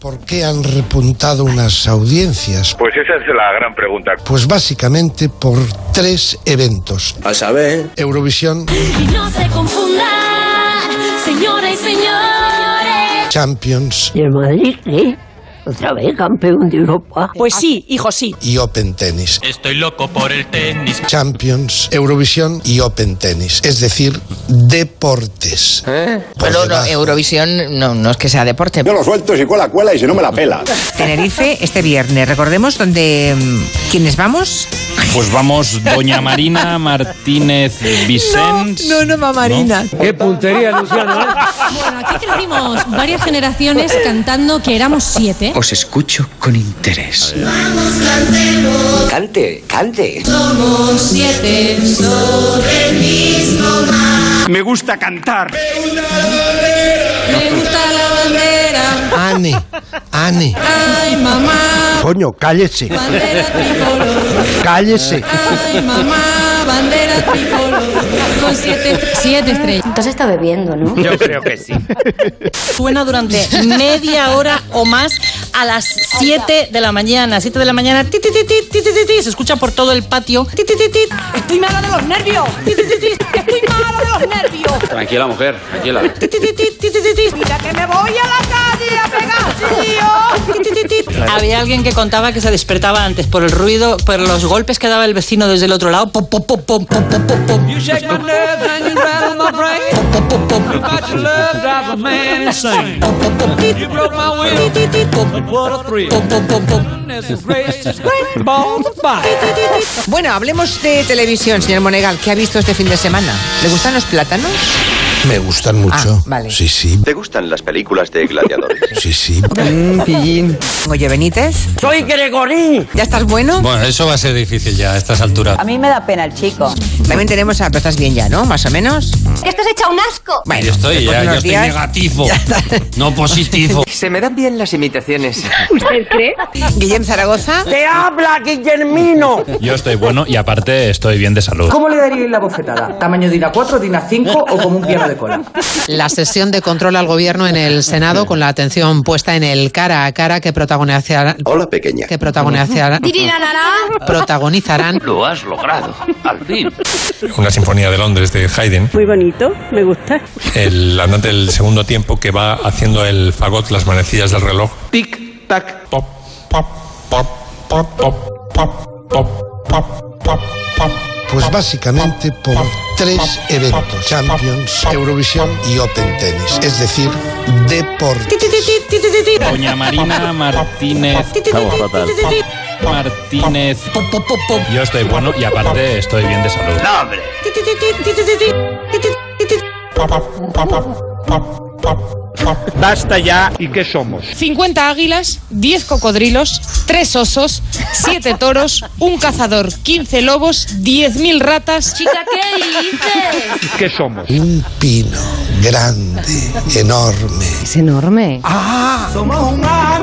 ¿Por qué han repuntado unas audiencias? Pues esa es la gran pregunta. Pues básicamente por tres eventos. A saber, Eurovisión, Y no se confundan, señoras y señores. Champions ¿Y el Madrid qué? ¿Otra vez campeón de Europa? Pues sí, hijo, sí. y Open Tennis. Estoy loco por el tenis. Champions, Eurovisión y Open Tennis. Es decir, deportes. Por ¿Eh? Pero no, debajo. Eurovisión no, no es que sea deporte. yo lo suelto si cuela, cuela y si no me la pela. Tenerife este viernes. Recordemos donde mm, quiénes vamos. Pues vamos, Doña Marina Martínez Vicens. No, no, no, Marina. ¡Qué puntería, Luciano! Bueno, aquí crecimos varias generaciones cantando que éramos siete. Os escucho con interés. Cante, cante. Me gusta cantar. Me gusta la bandera, Ane, Ane. ay mamá, Coño, cállese, bandera tricolor. cállese. Ay mamá, bandera tricolor. Con siete, siete estrellas. Entonces está bebiendo, ¿no? Yo creo que sí. Suena durante media hora o más a las 7 de la mañana. 7 de la mañana. ti, ti, ti, ti, ti, ti, ti, ti. Se escucha por todo el patio. Ti, ti, ti, ti. Estoy malo de los nervios. Ti, ti, ti, ti. Estoy malo de los nervios. Tranquila, mujer, tranquila. Ti, ti, ti, ti, ti, ti, ti, ti. ¡Mira que me voy a la calle a pegar Ti, ti, ti, ti. Había alguien que contaba que se despertaba antes por el ruido, por los golpes que daba el vecino desde el otro lado. Pop, pop, pop, pop, pop, pop, pop, pop. Pop, pop, pop. Pop, pop, pop. Ti, ti, ti, pop. Pop, pop, pop, pop. Bueno, hablemos de televisión, señor Monegal. ¿Qué ha visto este fin de semana? ¿Le gustan los plátanos? Me gustan mucho. Ah, vale. Sí, sí, ¿Te gustan las películas de gladiadores? sí, sí. Oye, Benítez. ¡Soy Gregorín! ¿Ya estás bueno? Bueno, eso va a ser difícil ya a estas alturas. A mí me da pena el chico. También tenemos a... Tú estás bien ya, ¿no? Más o menos. Que estás hecha un asco. Bueno, Yo estoy, después de ya, yo unos estoy días- negativo. No positivo. Se me dan bien las imitaciones. Guillem Zaragoza. ¡Te habla, Guillermino! Yo estoy bueno y aparte estoy bien de salud. ¿Cómo le daríais la bofetada? ¿Tamaño DINA 4, DINA 5 o como un piano de cola? La sesión de control al gobierno en el Senado con la atención puesta en el cara a cara que protagonizará Hola, pequeña. que protagonizará protagonizarán Lo has logrado, al fin. Una sinfonía de Londres de Haydn, Muy bonito, me gusta. el andante del segundo tiempo que va haciendo el fagot las manecillas del reloj. Tic, tac. Pop, pop, pop, pop, pop, pop, pop, pop, pop, pop. Pues básicamente por tres eventos. Champions, Eurovisión y Open Tennis. Es decir, Ti, deportes. ti, ti, ti, ti, ti, ti. Doña Marina Martínez Ti, ti, ti, ti, ti, ti, ti. Martínez. Pop, pop, pop, pop. Yo estoy bueno y aparte estoy bien de salud. Ti, ti, ti, ti, ti, ti, ti, ti. Ti, ti, ti, ti. Pop, pop, pop, pop, pop, pop. 50 águilas, 10 cocodrilos, 3 osos, 7 toros, un cazador, 15 lobos, 10.000 ratas. Chica, ¿qué dices? Un pino grande, enorme. es enorme. Somos un